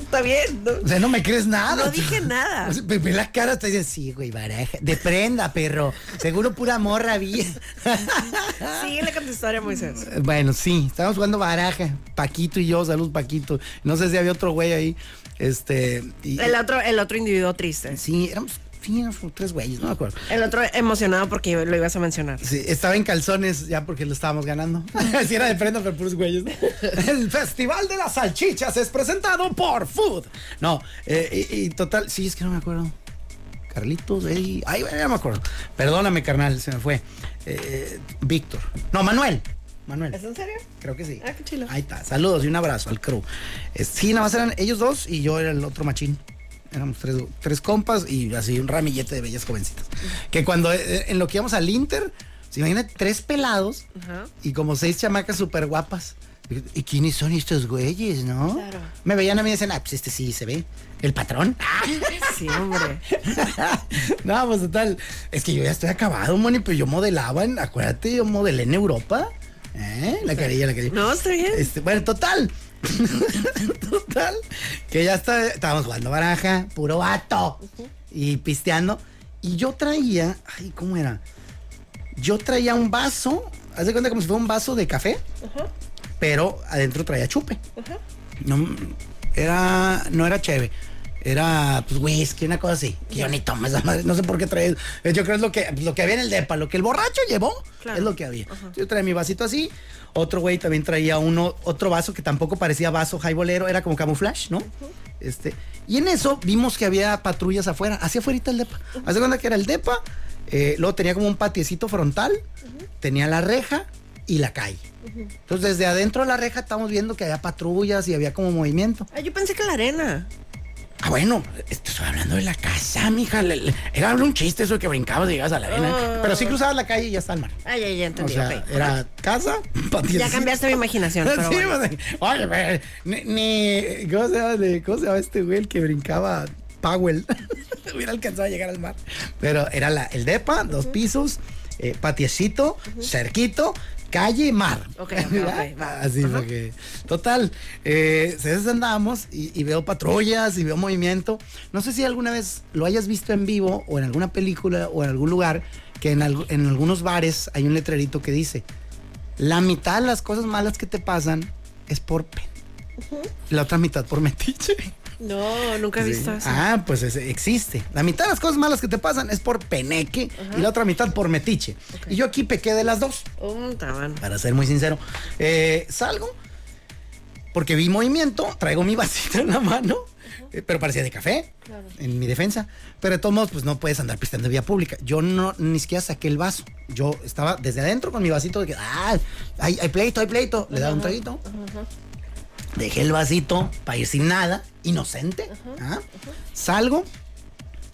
A: Está bien, ¿no?
B: O sea, no me crees nada.
A: No dije nada.
B: O sea, ve- ve la cara, te dice, sí, güey, baraja. De prenda, perro. Seguro pura morra había.
A: *laughs* Síguele con tu historia, Moisés.
B: bueno, sí, estábamos jugando baraja. Paquito y yo, salud, Paquito. No sé si había otro güey ahí. Este. y-
A: El otro, el otro individuo triste.
B: Sí, éramos sí, éramos como tres güeyes, no me acuerdo.
A: El otro emocionado porque lo ibas a mencionar.
B: Sí, estaba en calzones ya porque lo estábamos ganando. *laughs* Así era de prenda, pero puros güeyes. ¿no? El Festival de las Salchichas es presentado por Food. No, eh, y, y total, sí, es que no me acuerdo. Carlitos, Eddie. Ay, bueno, ya me acuerdo. Perdóname, carnal, se me fue. Eh, Víctor. No, Manuel. Manuel.
A: ¿Es en serio?
B: Creo que sí.
A: Ah, qué chilo.
B: Ahí está. Saludos y un abrazo al crew. Eh, sí, nada más eran ellos dos y yo era el otro machín. Éramos tres, tres compas y así un ramillete de bellas jovencitas. Que cuando eh, en lo que íbamos al Inter, se imagina tres pelados
A: Ajá.
B: y como seis chamacas súper guapas. ¿Y quiénes son estos güeyes, no?
A: Claro.
B: Me veían a mí y decían, ah, pues este sí se ve. El patrón. *laughs* Ah.
A: Sí, hombre.
B: no, pues total. Es que yo ya estoy acabado, Moni, pero yo modelaba, en- acuérdate, yo modelé en Europa. ¿Eh? La carilla, la carilla.
A: No, está bien.
B: Este, bueno, total. *laughs* total. Que ya está, estábamos jugando baraja, puro vato. Y pisteando. Y yo traía, ay, ¿cómo era? Yo traía un vaso, haz de cuenta como si fuera un vaso de café, pero adentro traía chupe. No, era, no era chévere. Era, pues, whisky, una cosa así. Que yo ni tomo esa madre. No sé por qué traía. eso. Yo creo que es lo que, pues, lo que había en el depa. Lo que el borracho llevó
A: Claro.
B: es lo que había. Yo traía mi vasito así. Otro güey también traía uno, otro vaso que tampoco parecía vaso jaibolero. Era como camuflaje, ¿no? Este. Y en eso vimos que había patrullas afuera. Hacia afuera el depa. Hace cuenta que era el depa. eh, luego tenía como un patiecito frontal. Tenía la reja y la calle. Entonces, desde adentro de la reja estamos viendo que había patrullas y había como movimiento.
A: Ah, yo pensé que la arena.
B: Ah, bueno, estoy hablando de la casa, mija. le- le- Era un chiste eso de que brincabas y llegabas a la arena.
A: Ah.
B: Pero sí cruzabas la calle y ya está el mar.
A: Ay, ay, Ah, ya
B: O
A: entendí.
B: sea,
A: ok.
B: era casa, *laughs* patiecito.
A: Ya cambiaste mi imaginación. pero
B: *laughs* Sí,
A: bueno.
B: pues, Oye, pero, ni, ni- ¿cómo, se llama, de- cómo se llama este güey el que brincaba? Powell. *laughs* Hubiera alcanzado a llegar al mar. Pero era la, el depa, dos pisos, eh, patiecito, cerquito, calle, mar. *laughs*
A: Ok, ok, ok, va.
B: Así fue que- Total, eh, se desandamos y, y veo patrullas y veo movimiento. No sé si alguna vez lo hayas visto en vivo o en alguna película o en algún lugar que en, algu- en algunos bares hay un letrerito que dice la mitad de las cosas malas que te pasan es por pen. La otra mitad por metiche.
A: No, nunca he visto eso.
B: Ah, pues es- existe. La mitad de las cosas malas que te pasan es por peneque y la otra mitad por metiche. Y yo aquí pequé de las dos
A: Un tabán.
B: para ser muy sincero. Eh, salgo porque vi movimiento, traigo mi vasito en la mano, eh, pero parecía de café, en mi defensa. Pero de todos modos, pues no puedes andar pisteando en vía pública. Yo no, ni siquiera saqué el vaso. Yo estaba desde adentro con mi vasito de que, ah, hay, hay pleito, hay pleito. Le daba un traguito. Dejé el vasito para ir sin nada, inocente. ¿ah? Salgo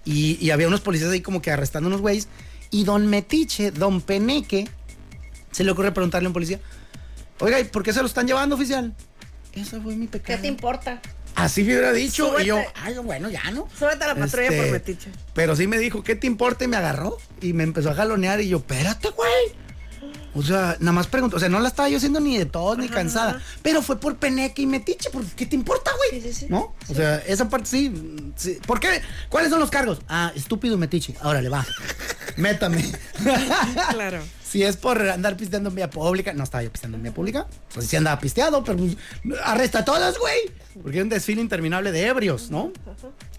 B: y, y había unos policías ahí como que arrestando unos güeyes. Y don Metiche, don Peneque, se le ocurre preguntarle a un policía, oiga, ¿y por qué se lo están llevando, oficial? Eso fue mi
A: ¿Qué
B: pecado.
A: te importa?
B: Así me hubiera dicho.
A: Súbete.
B: Y yo, ay, bueno, ya no.
A: Súbete a la patrulla
B: Este,
A: por metiche.
B: Pero sí me dijo, ¿qué te importa? Y me agarró y me empezó a jalonear. Y yo, espérate, güey. O sea, nada más pregunto. O sea, no la estaba yo haciendo ni de todos ni cansada. Pero fue por peneque y metiche. Porque, ¿qué te importa, güey?
A: Sí, sí, sí.
B: ¿No? O sea, esa parte sí, sí. ¿Por qué? ¿Cuáles son los cargos? Ah, estúpido y metiche. Órale, va. Métame.
A: Claro.
B: Si es por andar pisteando en vía pública, no estaba yo pisteando en vía pública. O sea, sí andaba pisteado, pero pues, arresta a todos, güey. Porque era un desfile interminable de ebrios, ¿no?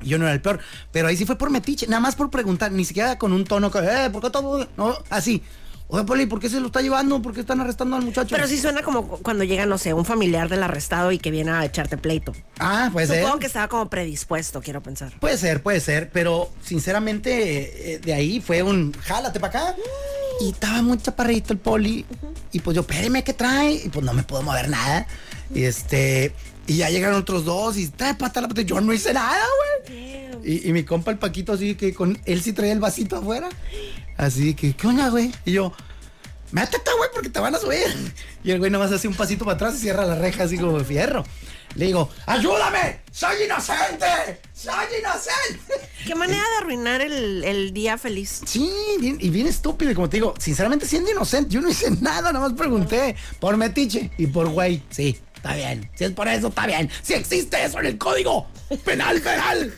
B: Y yo no era el peor. Pero ahí sí fue por metiche, nada más por preguntar, ni siquiera con un tono que, eh, ¿por qué todo? No, así. Oye, Poli, ¿por qué se lo está llevando? ¿Por qué están arrestando al muchacho?
A: Pero sí suena como cu- cuando llega, no sé, un familiar del arrestado y que viene a echarte pleito.
B: Ah, pues
A: Supongo que estaba como predispuesto, quiero pensar.
B: Puede ser, puede ser, pero sinceramente eh, eh, de ahí fue un jálate para acá. Y estaba muy chaparrito el poli. Y pues yo, espéreme, ¿qué trae? Y pues no me puedo mover nada. Y este. Y ya llegaron otros dos y trae pata la pata. Yo no hice nada, güey. Y, y mi compa el Paquito así que con él sí traía el vasito afuera. Así que, ¿qué onda, güey? Y yo, Métete, güey, porque te van a subir. Y el güey nomás hace un pasito para atrás y cierra la reja así como de fierro. Le digo, ¡ayúdame! ¡Soy inocente! ¡Soy inocente!
A: Qué manera de arruinar el, el día feliz.
B: Sí, bien- y bien estúpido. Y como te digo, sinceramente siendo inocente, yo no hice nada, nada más pregunté por metiche y por güey. Sí, está bien. Si es por eso, está bien. Si existe eso en el código penal federal,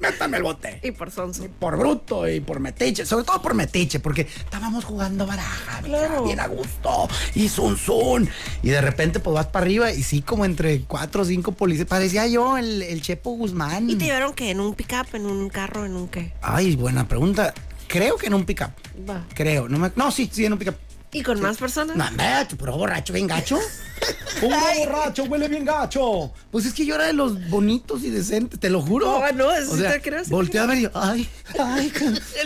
B: métame el bote.
A: Y por sonso.
B: por bruto y por metiche, sobre todo por metiche, porque estábamos jugando baraja, mija,
A: Claro.
B: bien a gusto, y zun zun. Y de repente, pues vas para arriba, y sí, como entre cuatro o cinco policías, parecía yo el, el Chepo Guzmán.
A: ¿Y te llevaron qué? ¿En un pickup? ¿En un carro? ¿En un qué?
B: Ay, buena pregunta. Creo que en un pickup.
A: Va.
B: Creo, no me. No, sí, sí, en un pickup.
A: ¿Y con más personas?
B: No, hombre, tu puro borracho bien gacho. *laughs* Puro borracho, huele bien gacho. Pues es que yo era de los bonitos y decentes, te lo juro.
A: No, no, eso sí te creo, sí te
B: volteé a ver y yo, ay,
A: *laughs*
B: ay,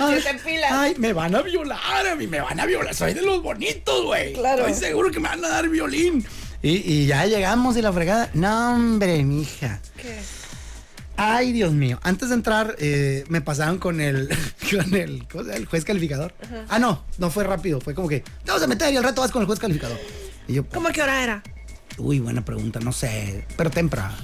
B: ay,
A: te pila.
B: ay, me van a violar, a mí me van a violar. Soy de los bonitos, güey.
A: Claro.
B: Estoy seguro que me van a dar violín. Y, y ya llegamos y la fregada. No, hombre, mija.
A: ¿Qué?
B: Ay, Dios mío. Antes de entrar, eh, me pasaron con el, *laughs* con el, ¿cómo se llama? el juez calificador. Ah, no, no fue rápido. Fue como que, te vas a meter y al rato vas con el juez calificador. Y yo,
A: ¿Cómo que hora era?
B: uy, buena pregunta, no sé. Pero temprano,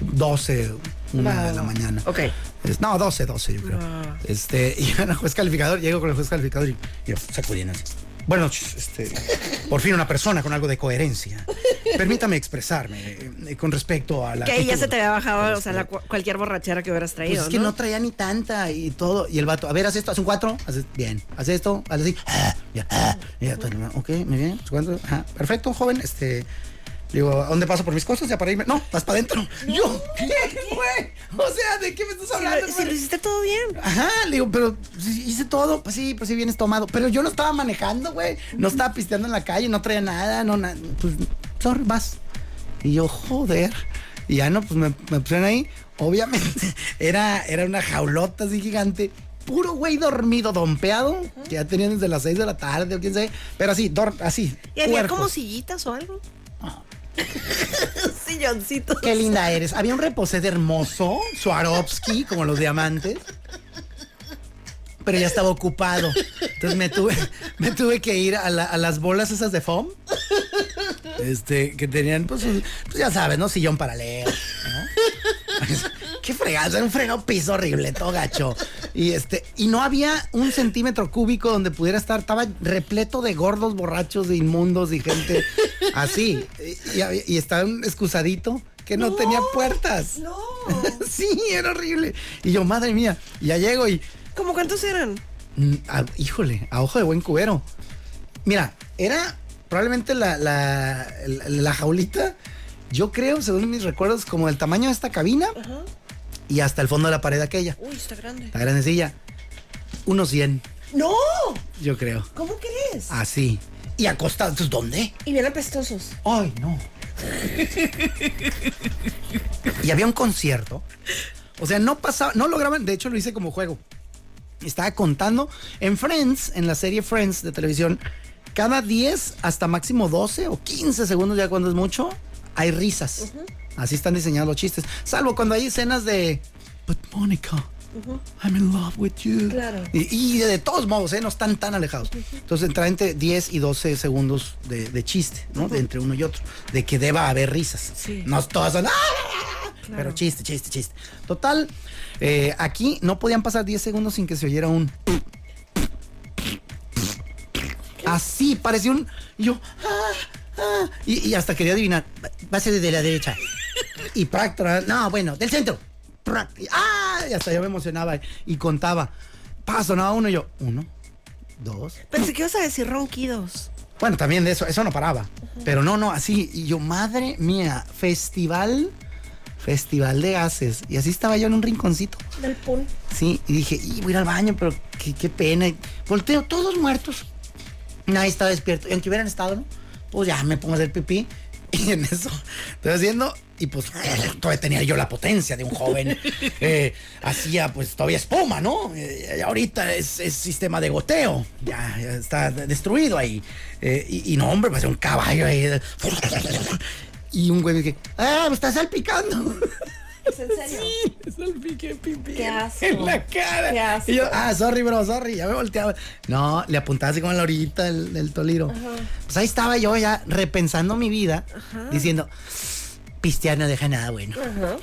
B: 12, 1 de la mañana.
A: Ok.
B: Es- no, 12, 12, yo creo.
A: Ah.
B: Este, *laughs* y era juez calificador, llego con el juez calificador y yo sacudiendo así. Bueno, este, por fin una persona con algo de
A: *laughs*
B: coherencia. Permítame expresarme eh, eh, con respecto a la.
A: Que ahí ya
B: actitud.
A: se te había bajado, o sea, la cu- cualquier borrachera que hubieras traído.
B: Este. Pues es que ¿no? traía ni tanta y todo. Y el vato, a ver, haz esto, haz un cuatro, haz este, bien, haz esto, haz así. Ah, ya, ah, ya, pues, no, ok, muy bien, haz cuatro, ajá, perfecto, joven, este. Digo, ¿a dónde paso por mis cosas? Ya para irme. No, vas para adentro. Yo, ¿qué, güey? O sea, ¿de qué me estás
A: Si lo,
B: hablando,
A: si lo
B: güey?
A: hiciste todo bien.
B: Ajá, le digo, pero si hice todo, pues sí, pues sí vienes tomado. Pero yo no estaba manejando, güey. No estaba pisteando en la calle, no traía nada, no nada. Pues, sorry, vas. Y yo, joder. Y ya no, pues me, me pusieron ahí. Obviamente, *laughs* era, era una jaulota así gigante. Puro güey dormido, dompeado, que ya tenían desde las 6 de la tarde o quién sabe. Pero así, dor- así.
A: ¿Y había como
B: puercos.
A: sillitas o algo? Ah. *laughs* Silloncitos.
B: Qué linda eres. Había un reposete hermoso, Swarovski, como los diamantes. Pero ya estaba ocupado. Entonces me tuve, me tuve que ir a, la- a las bolas esas de foam. Este, que tenían, pues, un- pues ya sabes, ¿no? Sillón paralelo. ¿no? Qué fregado, era un fregado piso horrible, todo gacho. Y este, y no había un centímetro cúbico donde pudiera estar, estaba repleto de gordos, borrachos, de inmundos y gente así. Y, y había- y estaba un excusadito que no, tenía puertas.
A: No.
B: Sí, era horrible. Y yo, madre mía, y ya llego y,
A: ¿Cómo cuántos eran?
B: Mm, a- híjole, a ojo de buen cubero. Mira, era probablemente la, la- la- la jaulita, yo creo, según mis recuerdos, como el tamaño de esta cabina y hasta el fondo de la pared aquella.
A: Uy, está grande.
B: La grandecilla. Unos 100,
A: ¡No!
B: yo creo.
A: ¿Cómo crees?
B: Así. Y acostados, ¿pues ¿dónde?
A: Y bien apestosos.
B: Ay, no. y había un concierto. O sea, no pasaba, no lograban, de hecho lo hice como juego. Estaba contando en Friends, en la serie Friends de televisión, cada 10 hasta máximo 12 o 15 segundos, ya cuando es mucho, hay risas. Así están diseñados los chistes. Salvo cuando hay escenas de But Monica, I'm in love with you.
A: Claro.
B: Y, y de todos modos, ¿eh? no están tan alejados. Entonces entra entre 10 y 12 segundos de, de chiste, ¿no? De entre uno y otro. De que deba haber risas.
A: Sí.
B: No todas son. "Ah", Pero chiste, chiste, chiste. Total, eh, aquí no podían pasar 10 segundos sin que se oyera un. Así, parecía un. Y yo. "Ah, ah", y, y hasta quería adivinar. Va- Va a ser desde la derecha. Y práctica. No, bueno, del centro. Prac, y- Ah, y hasta yo me emocionaba y contaba. Pa, sonaba uno y yo. Uno, dos,
A: Pensé que ibas a decir ronquidos.
B: bueno, también de eso, eso no paraba. Pero no, no, así. Y yo, madre mía, festival, festival de gases. Y así estaba yo en un rinconcito.
A: Del pun.
B: Sí, y dije, y voy a ir al baño, pero qué, qué pena. Y volteo, todos muertos. Nadie estaba despierto. Y aunque hubieran estado, ¿no? Pues ya me pongo a hacer pipí. *laughs* Y en eso estoy haciendo. Y pues *laughs* todavía tenía yo la potencia de un joven. Eh, hacía pues todavía espuma, ¿no? Eh, ahorita es, es sistema de goteo. Ya, ya está de- destruido ahí. Eh, y, y no, hombre, parecía un caballo ahí. *laughs* Y un güey me dice, ¡ah, me está salpicando!
A: ¿En serio?
B: Sí, me salpiqué pipí
A: Qué
B: en-
A: asco.
B: en la cara.
A: Qué asco.
B: Y yo, ah, sorry, bro, sorry, ya me volteaba. No, le apuntaba así como en la orillita del, del toliro. Pues ahí estaba yo ya repensando mi vida, diciendo, pistear no deja nada bueno.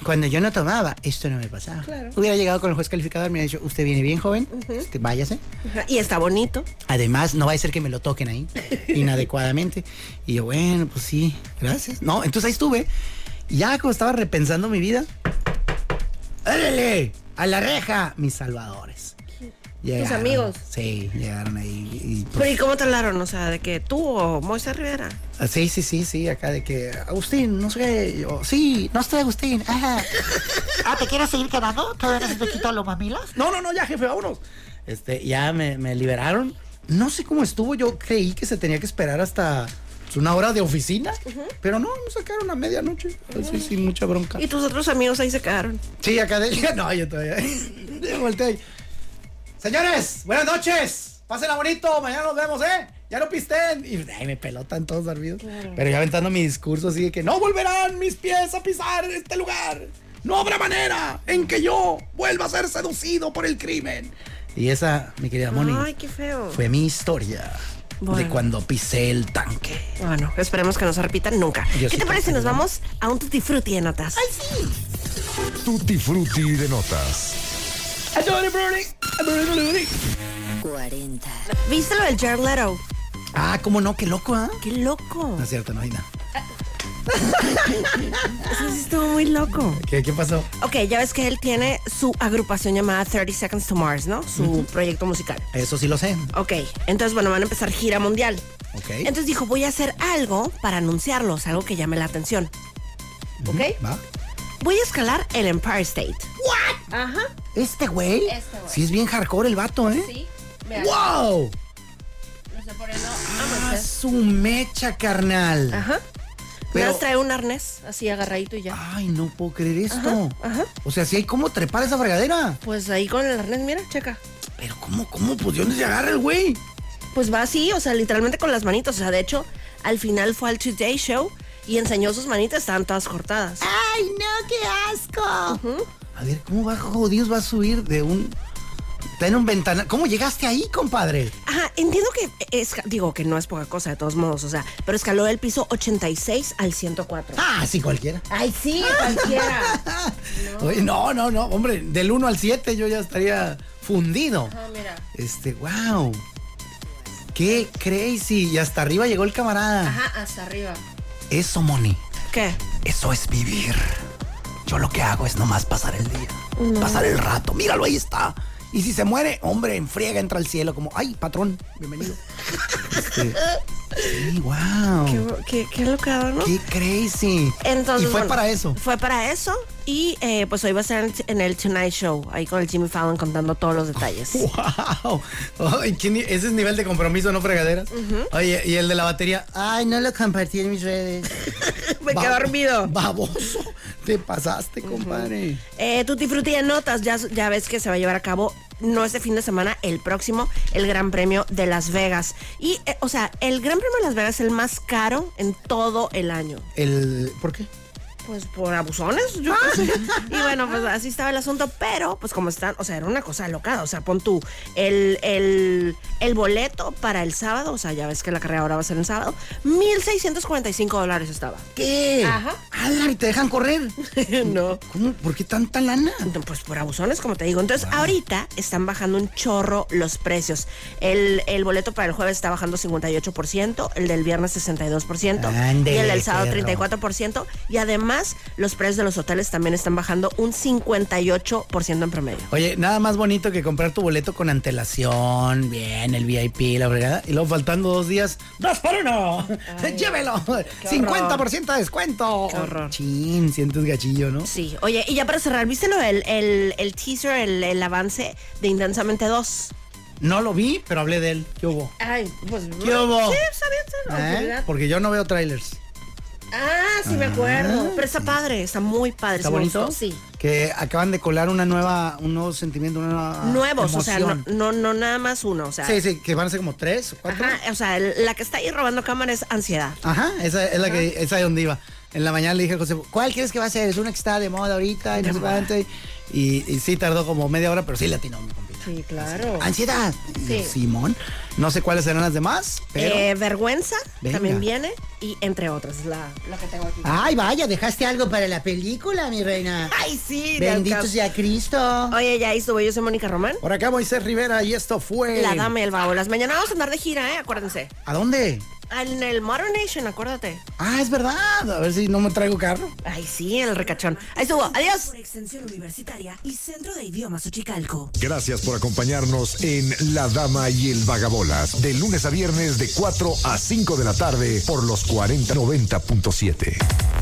B: Cuando yo no tomaba, esto no me pasaba.
A: Claro.
B: Hubiera llegado con el juez calificador, me hubiera dicho, usted viene bien, joven, este, váyase.
A: Ajá, Y está bonito.
B: Además, no va a ser que me lo
A: *laughs*
B: toquen ahí inadecuadamente. Y yo, bueno, pues sí, gracias. No, entonces ahí estuve. Ya como estaba repensando mi vida, ¡órale! ¡A la reja! Mis salvadores. Llegaron.
A: amigos?
B: Sí, llegaron ahí. y, pues,
A: Pero ¿y cómo te hablaron? O sea, de que tú o Moisés Rivera.
B: Ah, Sí, sí, sí, sí, acá de que Agustín, no sé qué, yo, sí, no estoy Agustín, ajá.
D: Ah, ¿te quieres seguir quedando? ¿Todavía no se te quitó los mamilas?
B: No, no, no, ya jefe, vámonos. Este, ya me, me liberaron No sé cómo estuvo, yo creí que se tenía que esperar hasta pues, una hora de oficina, pero no, nos sacaron a medianoche. Entonces, sí, mucha bronca.
A: Y tus otros amigos ahí se quedaron.
B: Sí, acá de... *laughs* No, yo todavía... yo volteé ahí. Señores, buenas noches. Pásenla bonito. Mañana nos vemos, ¿eh? Ya no pisten. Y ay, me pelotan todos dormidos. Pero yo aventando mi discurso así de que no volverán mis pies a pisar este lugar. No habrá manera en que yo vuelva a ser seducido por el crimen. Y esa, mi querida Moni,
A: Ay, qué feo.
B: fue mi historia de
A: Bueno.
B: cuando pisé el tanque.
A: Bueno, esperemos que no se repitan nunca.
B: Yo
A: ¿Qué
B: sí
A: te parece si nos
B: tampoco.
A: vamos a un tutti frutti de notas?
E: Tutti frutti de notas.
D: 40.
A: ¿Viste lo del Jared Leto?
B: Ah, cómo no, qué loco, ¿ah?
A: ¡Qué loco!
B: No es cierto, no hay nada.
A: Eso sí estuvo muy loco.
B: ¿Qué, qué pasó?
A: Ok, ya ves que él tiene su agrupación llamada 30 Seconds to Mars, ¿no? Su proyecto musical.
B: Eso sí lo sé.
A: Ok, entonces, bueno, van a empezar gira mundial.
B: Ok.
A: Entonces dijo, voy a hacer algo para anunciarlos, algo que llame la atención. ¿Ok?
B: ¿Va?
A: Voy a escalar el Empire State. ¿What? Ajá.
B: Este güey.
I: Este güey.
B: Sí es bien hardcore el vato, ¿eh?
I: Sí, mira,
B: ¡Wow!
I: lo estoy poniendo
B: Ah,
I: a
B: su mecha, carnal.
A: Ajá.
B: Pero-
A: Nada más trae un arnés Ah. así agarradito y ya.
B: Ay, no puedo creer esto.
A: ajá.
B: O sea, si hay cómo trepar esa fregadera.
A: Pues ahí con el arnés, mira, checa.
B: Pero cómo, cómo, pues yo no se agarra el güey.
A: Pues va así, o sea, literalmente con las manitas. O sea, de hecho, al final fue al Today Show y enseñó sus manitas, estaban todas cortadas.
B: ¡Ay, no, qué asco! A ver, ¿cómo va, Dios va a subir de un. Está en un ventanal. ¿Cómo llegaste ahí, compadre?
A: Ajá, entiendo que es, digo que no es poca cosa de todos modos, o sea, pero escaló del piso 86 al 104.
B: Ah, sí, cualquiera.
A: Ay, sí, cualquiera.
B: *laughs* Oye, no, no, no, hombre, del 1 al 7 yo ya estaría fundido.
I: Ah, mira.
B: Este, wow. Qué crazy. Y hasta arriba llegó el camarada.
A: Ah,
I: Ajá, hasta arriba.
B: Eso, Moni.
A: ¿Qué?
B: Eso es vivir. Yo lo que hago es nomás pasar el día. Pasar el rato. Míralo, ahí está. Y si se muere, hombre, enfriega, entra al cielo como, ay, patrón, bienvenido.
A: *laughs*
B: Este, sí, wow.
A: Qué,
B: Qué,
A: qué, qué locado, ¿no?
B: crazy.
A: Entonces,
B: y fue
A: bueno,
B: para eso.
A: Fue para eso. Y eh, pues hoy va a ser en- en el Tonight Show, ahí con el Jimmy Fallon contando todos los detalles.
B: *laughs* Oh. ¡Wow! Ay, ¿qué ni- ese es nivel de compromiso, no fregaderas. Oye, y el de la batería. Ay, no lo compartí en mis redes.
A: *laughs* Me quedé
B: Bab-
A: dormido.
B: Baboso. Te pasaste, compadre.
A: Eh, Tutti Frutti de notas, ya, ya ves que se va a llevar a cabo no este fin de semana, el próximo, el Gran Premio de Las Vegas. Y, eh, o sea, el Gran Premio de Las Vegas es el más caro en todo el año.
B: El. ¿Por qué?
A: Pues por abusones, yo qué sé. Y bueno, pues así estaba el asunto, pero pues como están, o sea, era una cosa locada. O sea, pon tú el, el, el boleto para el sábado, o sea, ya ves que la carrera ahora va a ser el sábado, 1.645 dólares estaba. *laughs*
B: ¿Qué?
A: Ajá.
B: ¡Ala! Y te dejan correr.
A: no.
B: ¿Cómo? ¿Por qué tanta lana?
A: Pues por abusones, como te digo. Entonces, ahorita están bajando un chorro los precios. El, el boleto para el jueves está bajando 58%, el del viernes 62%,
B: Ándele,
A: y el del sábado
B: perro.
A: 34%. Y además, los precios de los hoteles también están bajando un 58% en promedio.
B: Oye, nada más bonito que comprar tu boleto con antelación, bien, el VIP, la fregada, y luego faltando dos días, ¡dos por uno! *laughs* ¡Llévelo! ¡50% de descuento!
A: Qué horror.
B: Chin, sientes gachillo, ¿no?
A: Sí, oye, y ya para cerrar, ¿viste lo del el, el teaser, el, el avance de Intensamente 2?
B: No lo vi, pero hablé de él. ¿Qué hubo?
A: Ay, pues.
B: ¿Qué hubo?
A: Sí, está bien, está bien,
B: ¿Eh?
A: oportunidad.
B: Porque yo no veo trailers.
A: Ah, sí, me acuerdo. Pero está padre, está muy padre.
B: ¿Está
A: sí me
B: bonito?
A: gustó, Sí.
B: Que acaban de colar una nueva, un nuevo sentimiento, una nueva
A: nuevos, o sea, no,
B: emoción.
A: no, no nada más uno, o sea.
B: Sí, sí, que van a ser como tres o cuatro.
A: Ajá, o sea, el- la que está ahí robando cámara es ansiedad.
B: Ajá, esa es la que, esa es donde iba. En la mañana le dije a José, ¿cuál crees que va a ser? Es una que está de moda ahorita y no sé cuánto. Y, y sí tardó como media hora, pero sí le atinó mi compita.
A: Sí, claro.
B: Ansiedad. Y yo, Simón. No sé cuáles serán las demás, pero.
A: Eh, vergüenza
B: Venga.
A: también viene y entre otras es la, la que tengo aquí.
B: Ay, vaya, dejaste algo para la película, mi reina.
A: Ay, sí, de
B: Bendito
A: alcance.
B: sea Cristo.
A: Oye, ya ahí estuvo, yo soy Mónica Román.
B: Por acá Moisés Rivera y esto fue.
A: La dama y el babolas. Mañana vamos a andar de gira, ¿eh? Acuérdense.
B: ¿A dónde?
A: En el Modern Nation, acuérdate.
B: Ah, es verdad. A ver si no me traigo carro.
A: Ay, sí, el recachón. Ahí estuvo, adiós.
J: Por Extensión Universitaria y Centro de Idiomas Ochicalco.
E: Gracias por acompañarnos en La Dama y el Vagabolas, de lunes a viernes de 4 a 5 de la tarde por los 4090.7.